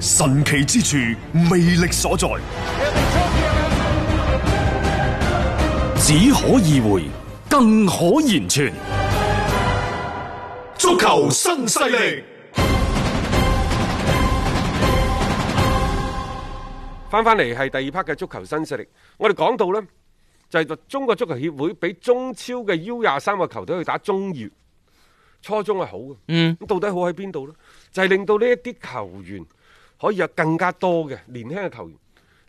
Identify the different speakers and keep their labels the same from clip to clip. Speaker 1: 神奇之處，魅力所在，
Speaker 2: 只可意會，更可言傳。
Speaker 1: 足球新勢力。
Speaker 3: 翻翻嚟係第二 part 嘅足球新勢力，我哋講到呢，就係、中國足球協會俾中超嘅 U 廿三個球隊去打中乙，初中係好嘅，咁、到底好喺邊度呢？就係、令到呢一啲球員可以有更加多嘅年輕嘅球員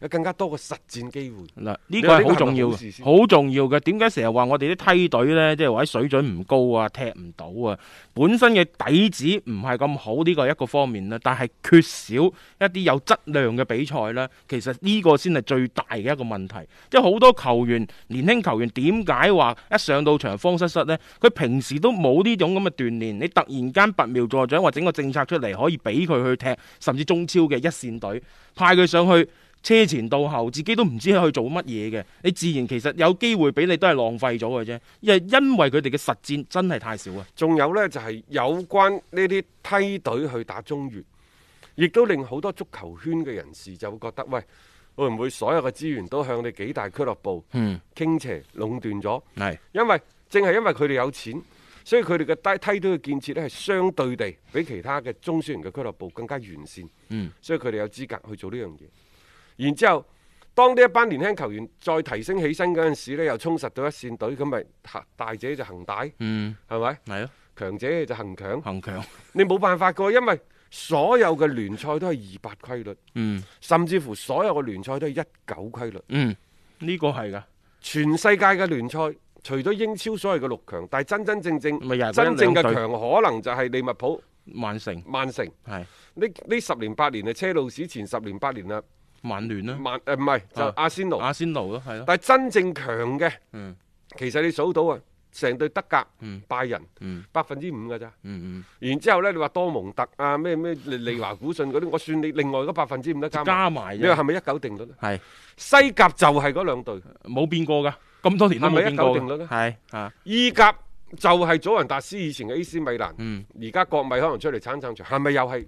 Speaker 3: 有更加多嘅實戰機會。
Speaker 4: 嗱，呢個係好重
Speaker 3: 你話呢個
Speaker 4: 要
Speaker 3: 係咪好事
Speaker 4: 嘅，
Speaker 3: 先
Speaker 4: 好重要嘅。點解成日話我哋啲梯隊呢？即係或者水準唔高啊，踢唔到啊，本身嘅底子唔係咁好，呢個係一個方面啦。但係缺少一啲有質量嘅比賽啦，其實呢個先係最大嘅一個問題。即係好多球員，年輕球員點解話一上到場慌失失呢？佢平時都冇呢種咁嘅鍛鍊，你突然間拔苗助長或整個政策出嚟，可以俾佢去踢，甚至中超嘅一線隊派佢上去。車前到後，自己都唔知去做乜嘢嘅，你自然其實有機會俾你都係浪費咗嘅啫，因為因為佢哋嘅實戰真係太少啊。
Speaker 3: 仲有呢，就係、有關呢啲梯隊去打中乙，亦都令好多足球圈嘅人士就會覺得，喂，會唔會所有嘅資源都向你幾大俱樂部
Speaker 4: 嗯，
Speaker 3: 傾斜壟斷咗？
Speaker 4: 係
Speaker 3: 因為正係因為佢哋有錢，所以佢哋嘅低梯隊嘅建設咧係相對地比其他嘅中小型嘅俱樂部更加完善。
Speaker 4: 嗯，
Speaker 3: 所以佢哋有資格去做呢樣嘢。然之後，當呢一班年輕球員再提升起身嗰陣時咧，又充實到一線隊，咁咪行大者就恒大，
Speaker 4: 嗯，
Speaker 3: 係咪？
Speaker 4: 係咯，
Speaker 3: 強者就恒強。
Speaker 4: 恒強，
Speaker 3: 你冇辦法㗎，因為所有嘅聯賽都係二八規律，
Speaker 4: 嗯
Speaker 3: 甚至乎所有嘅聯賽都係一九規律。
Speaker 4: 嗯，呢、個係㗎，
Speaker 3: 全世界嘅聯賽，除咗英超所謂嘅六強，但係真真正正
Speaker 4: 咪又係嗰一
Speaker 3: 真正嘅
Speaker 4: 兩隊
Speaker 3: 強可能就係利物浦、
Speaker 4: 曼城
Speaker 3: 曼城。
Speaker 4: 係
Speaker 3: 呢呢十年八年啊，車路士前十年八年啊，
Speaker 4: 曼聯啦，
Speaker 3: 曼呃誒唔係就
Speaker 4: 嗯啊
Speaker 3: 阿仙奴。
Speaker 4: 阿仙奴咯，係咯，
Speaker 3: 但係真正強嘅，
Speaker 4: 嗯
Speaker 3: 其實你數到啊，成隊德甲、
Speaker 4: 嗯
Speaker 3: 拜仁
Speaker 4: 嗯
Speaker 3: 百分之五㗎咋。
Speaker 4: 嗯
Speaker 3: 然之後呢，你話多蒙特啊、咩咩利利華古信嗰啲，我算你另外嗰百分之五都加埋。
Speaker 4: 嗯，加埋
Speaker 3: 你話係
Speaker 4: 啫，
Speaker 3: 咪一九定律咧？
Speaker 4: 係
Speaker 3: 西甲就係嗰兩隊，
Speaker 4: 冇變過㗎，咁多年都
Speaker 3: 係咪
Speaker 4: 冇
Speaker 3: 一
Speaker 4: 變
Speaker 3: 九
Speaker 4: 過
Speaker 3: 定律咧
Speaker 4: 㗎，係啊，
Speaker 3: 意甲就係祖雲達斯以前嘅 AC 米蘭，
Speaker 4: 嗯
Speaker 3: 而家國米可能出嚟撐撐場，係咪又係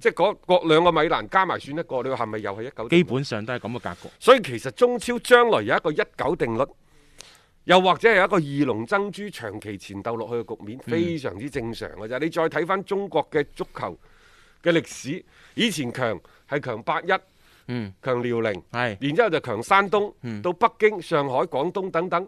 Speaker 3: 即係嗰嗰兩個米蘭加埋算一個？你話係咪又係一九？
Speaker 4: 基本上都係咁嘅格局。
Speaker 3: 所以其實中超將來有一個一九定律，又或者係有一個二龍爭珠長期前鬥落去嘅局面，
Speaker 4: 嗯
Speaker 3: 非常之正常嘅啫。你再睇翻中國嘅足球嘅歷史，以前強係強八一、
Speaker 4: 嗯，
Speaker 3: 強遼寧，
Speaker 4: 係
Speaker 3: 然之後就強山東，到北京、上海、廣東等等。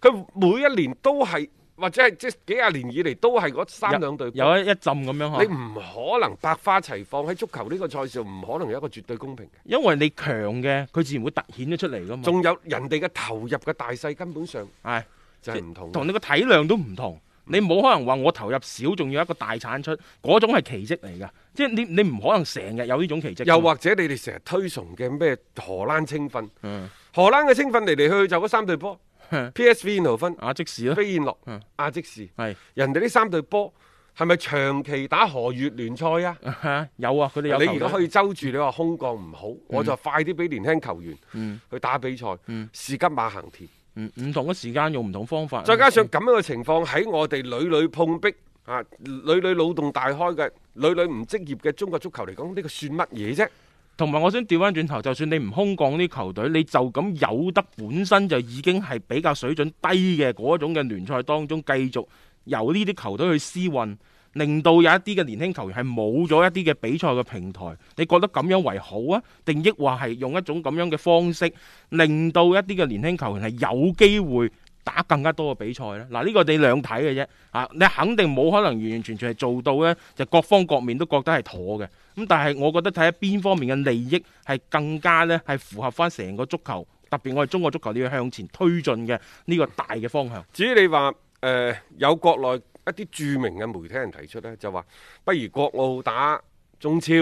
Speaker 3: 佢、每一年都係或者係即係幾廿年以嚟都係嗰
Speaker 4: 有
Speaker 3: 三兩隊。
Speaker 4: 有一一陣咁樣嗬
Speaker 3: 你。唔可能百花齊放喺足球呢個賽事，唔可能有一個絕對公平嘅。
Speaker 4: 因為你強嘅，佢自然會突顯咗出嚟噶嘛。
Speaker 3: 仲有人哋嘅投入嘅大細，根本上
Speaker 4: 係
Speaker 3: 就係唔同嘅。
Speaker 4: 同你個體量都唔
Speaker 3: 嗯
Speaker 4: 同。你冇可能話我投入少，仲要一個大產出，嗰種係奇蹟嚟㗎。即係你你唔可能成日有呢種奇蹟㗎嘛。
Speaker 3: 又或者你哋成日推崇嘅咩荷蘭青訓，
Speaker 4: 嗯
Speaker 3: 荷蘭嘅青訓嚟嚟去去就嗰三隊波，PSV 燕豪芬、
Speaker 4: 啊，即使咯，
Speaker 3: 飛燕諾
Speaker 4: 嗯、
Speaker 3: 亞積士，
Speaker 4: 係
Speaker 3: 人哋呢三隊波係咪長期打荷乙聯賽啊？
Speaker 4: 有啊，佢哋
Speaker 3: 你
Speaker 4: 有投入。
Speaker 3: 而家可以周住，你話空降唔好，我就快啲俾年輕球員去打比賽，士急馬行田。
Speaker 4: 嗯唔同嘅時間用唔同方法。
Speaker 3: 再加上咁樣嘅情況喺我哋屢屢碰壁啊，屢屢腦洞大開嘅，屢屢唔職業嘅中國足球嚟講，呢個算乜嘢啫？
Speaker 4: 同埋，我想調翻轉頭，就算你唔空降啲球隊，你就咁有得本身就已經係比較水準低嘅嗰種嘅聯賽當中，繼續由呢啲球隊去私運，令到有一啲嘅年輕球員係冇咗一啲嘅比賽嘅平台，你覺得咁樣為好啊？定抑或係用一種咁樣嘅方式，令到一啲嘅年輕球員係有機會打更加多嘅比賽呢？嗱，呢個你兩睇嘅啫，啊，你肯定冇可能完完全全係做到呢，就各方各面都覺得係妥嘅。咁但係我覺得睇下邊方面嘅利益係更加呢，係符合翻成個足球，特別我哋中國足球呢個向前推進嘅呢個大嘅方向。
Speaker 3: 至於你話誒、呃有國內一啲著名嘅媒體人提出呢，就話不如國奧打中超，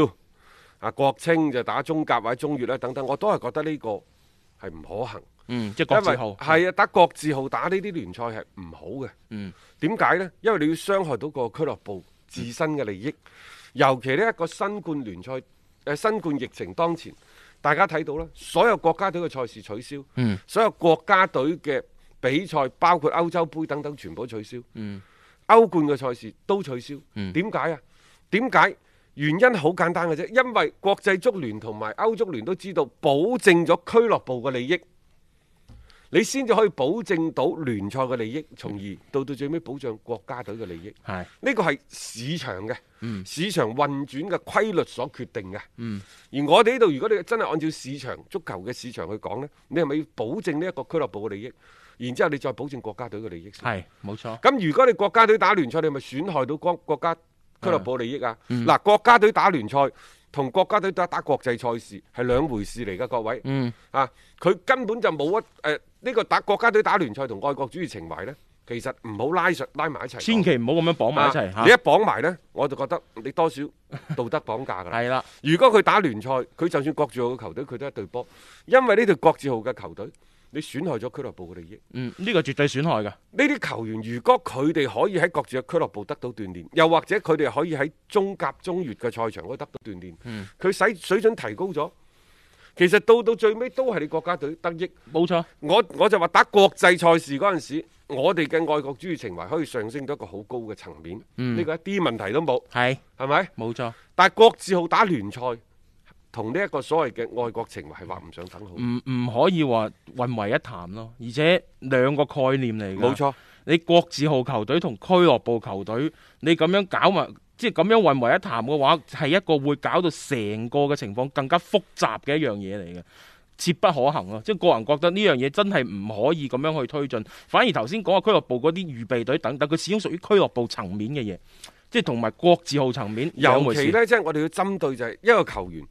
Speaker 3: 啊國青就打中甲或者中乙啦等等，我都係覺得呢個係唔可行。
Speaker 4: 嗯，即
Speaker 3: 因
Speaker 4: 係國
Speaker 3: 為
Speaker 4: 字號。
Speaker 3: 係啊，打國字號打呢啲聯賽係唔好嘅。
Speaker 4: 嗯，
Speaker 3: 點解呢？因為你要傷害到個俱樂部自身嘅利益，尤其呢一個新冠聯賽誒、呃新冠疫情當前，大家睇到啦，所有國家隊嘅賽事取消，
Speaker 4: 嗯
Speaker 3: 所有國家隊嘅比賽，包括歐洲杯等等，全部取消。嗯，歐冠嘅賽事都取消。
Speaker 4: 嗯
Speaker 3: 點解啊？點解？原因好簡單嘅啫，因為國際足聯同埋歐足聯都知道，保證咗俱樂部嘅利益。你先至可以保證到聯賽嘅利益，從而到到最尾保障國家隊嘅利益。
Speaker 4: 係
Speaker 3: 呢個係市場嘅，市場運轉嘅規律所決定嘅。而我哋呢度，如果你真係按照市場足球嘅市場去講呢，你係咪要保證呢一個俱樂部嘅利益，然之後你再保證國家隊嘅利益先？
Speaker 4: 係冇錯。
Speaker 3: 咁如果你國家隊打聯賽，你咪損害到國
Speaker 4: 嗯
Speaker 3: 國家俱樂部利益啊！嗱、國家隊打聯賽同國家隊打打國際賽事係兩回事嚟㗎，各位。
Speaker 4: 嗯
Speaker 3: 啊，佢根本就冇一誒呢、個打國家隊打聯賽同愛國主義情懷呢，其實唔好拉上拉埋一齊講。
Speaker 4: 千祈唔好咁樣綁埋一齊
Speaker 3: 啊你一
Speaker 4: 嚇。
Speaker 3: 綁埋呢，我就覺得你多少道德綁架㗎啦。
Speaker 4: 係啦，
Speaker 3: 如果佢打聯賽，佢就算國字號嘅球隊，佢都係一隊波，因為呢隊國字號嘅球隊，你損害咗俱樂部嘅利益。
Speaker 4: 嗯，呢個絕對損害㗎。
Speaker 3: 呢啲球員如果佢哋可以喺各自嘅俱樂部得到鍛鍊，又或者佢哋可以喺中甲、中乙嘅賽場嗰度得到鍛鍊，佢使、水準提高咗，其實到到最尾都係你國家隊得益。
Speaker 4: 冇錯。
Speaker 3: 我我就話打國際賽事嗰陣時，我哋嘅愛國主義情懷可以上升到一個好高嘅層面，呢、個一啲問題都冇，
Speaker 4: 係
Speaker 3: 係咪？
Speaker 4: 冇錯。
Speaker 3: 但係國字號打聯賽，同呢一個所謂嘅愛國情懷係畫唔上等號。
Speaker 4: 唔唔可以話混為一談咯，而且兩個概念嚟㗎。
Speaker 3: 冇錯。
Speaker 4: 你國字號球隊同俱樂部球隊，你咁樣搞埋，即係咁樣混為一談嘅話，係一個會搞到成個嘅情況更加複雜嘅一樣嘢嚟嘅。切不可行咯，即係個人覺得呢樣嘢真係唔可以咁樣去推進。反而頭先講嘅俱樂部嗰啲預備隊等等，佢始終屬於俱樂部層面嘅嘢，即係同埋國字號層面兩
Speaker 3: 尤
Speaker 4: 回
Speaker 3: 其
Speaker 4: 事。
Speaker 3: 呢，即係我哋要針對就係一個球員，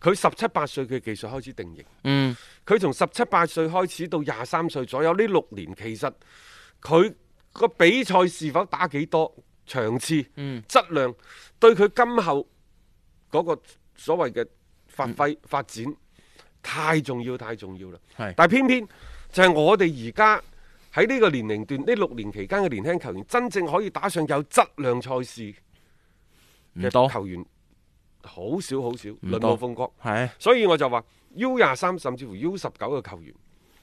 Speaker 3: 佢十七八歲嘅技術開始定型，
Speaker 4: 嗯，
Speaker 3: 佢從十七八歲開始到廿三歲左右呢六年，其實佢個比賽是否打幾多場次、
Speaker 4: 嗯
Speaker 3: 質量，對佢今後嗰個所謂嘅發揮、發展太重要，太重要啦。
Speaker 4: 嗯係
Speaker 3: 但偏偏就係我哋而家喺呢個年齡段，呢六年期間嘅年輕球員，真正可以打上有質量賽事
Speaker 4: 嗯唔多
Speaker 3: 嘅球員，好少好少，
Speaker 4: 唔多
Speaker 3: 輪無風光。
Speaker 4: 係
Speaker 3: 所以我就話 U 廿三甚至乎 U 十九嘅球員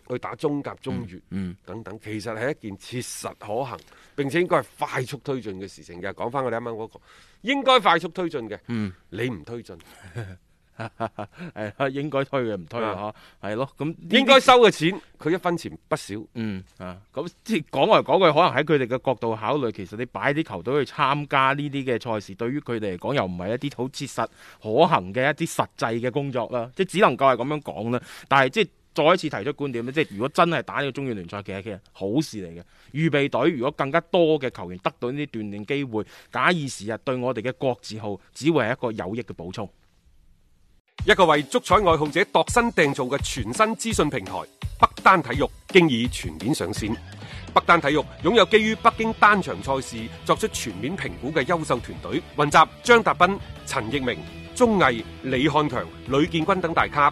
Speaker 3: 去打中甲、中乙、
Speaker 4: 嗯
Speaker 3: 等等，其實係一件切實可行並且應該係快速推進嘅事情嘅。講翻我哋啱啱嗰個，應該快速推進嘅，
Speaker 4: 嗯
Speaker 3: 你唔推進，
Speaker 4: 係啦，應該推嘅唔推啊，係咯，咁呢啲
Speaker 3: 應該收嘅錢佢一分錢不少。
Speaker 4: 嗯啊，咁即係講嚟講去，可能喺佢哋嘅角度考慮，其實你擺啲球隊去參加呢啲嘅賽事，對於佢哋嚟講又唔係一啲好切實可行嘅一啲實際嘅工作啦，即係只能夠係咁樣講啦。但係即係再一次提出觀點咧，即係如果真係打呢個中乙聯賽，其實其實好事嚟嘅。預備隊如果更加多嘅球員得到呢啲鍛鍊機會，假以時日對我哋嘅國字號，只會係一個有益嘅補充。
Speaker 3: 一個為足彩愛好者度身訂造嘅全新資訊平台北單體育，經已全面上線。北單體育擁有基於北京單場賽事作出全面評估嘅優秀團隊，雲集張達斌、陳奕明、鐘毅、李漢強、呂建軍等大咖，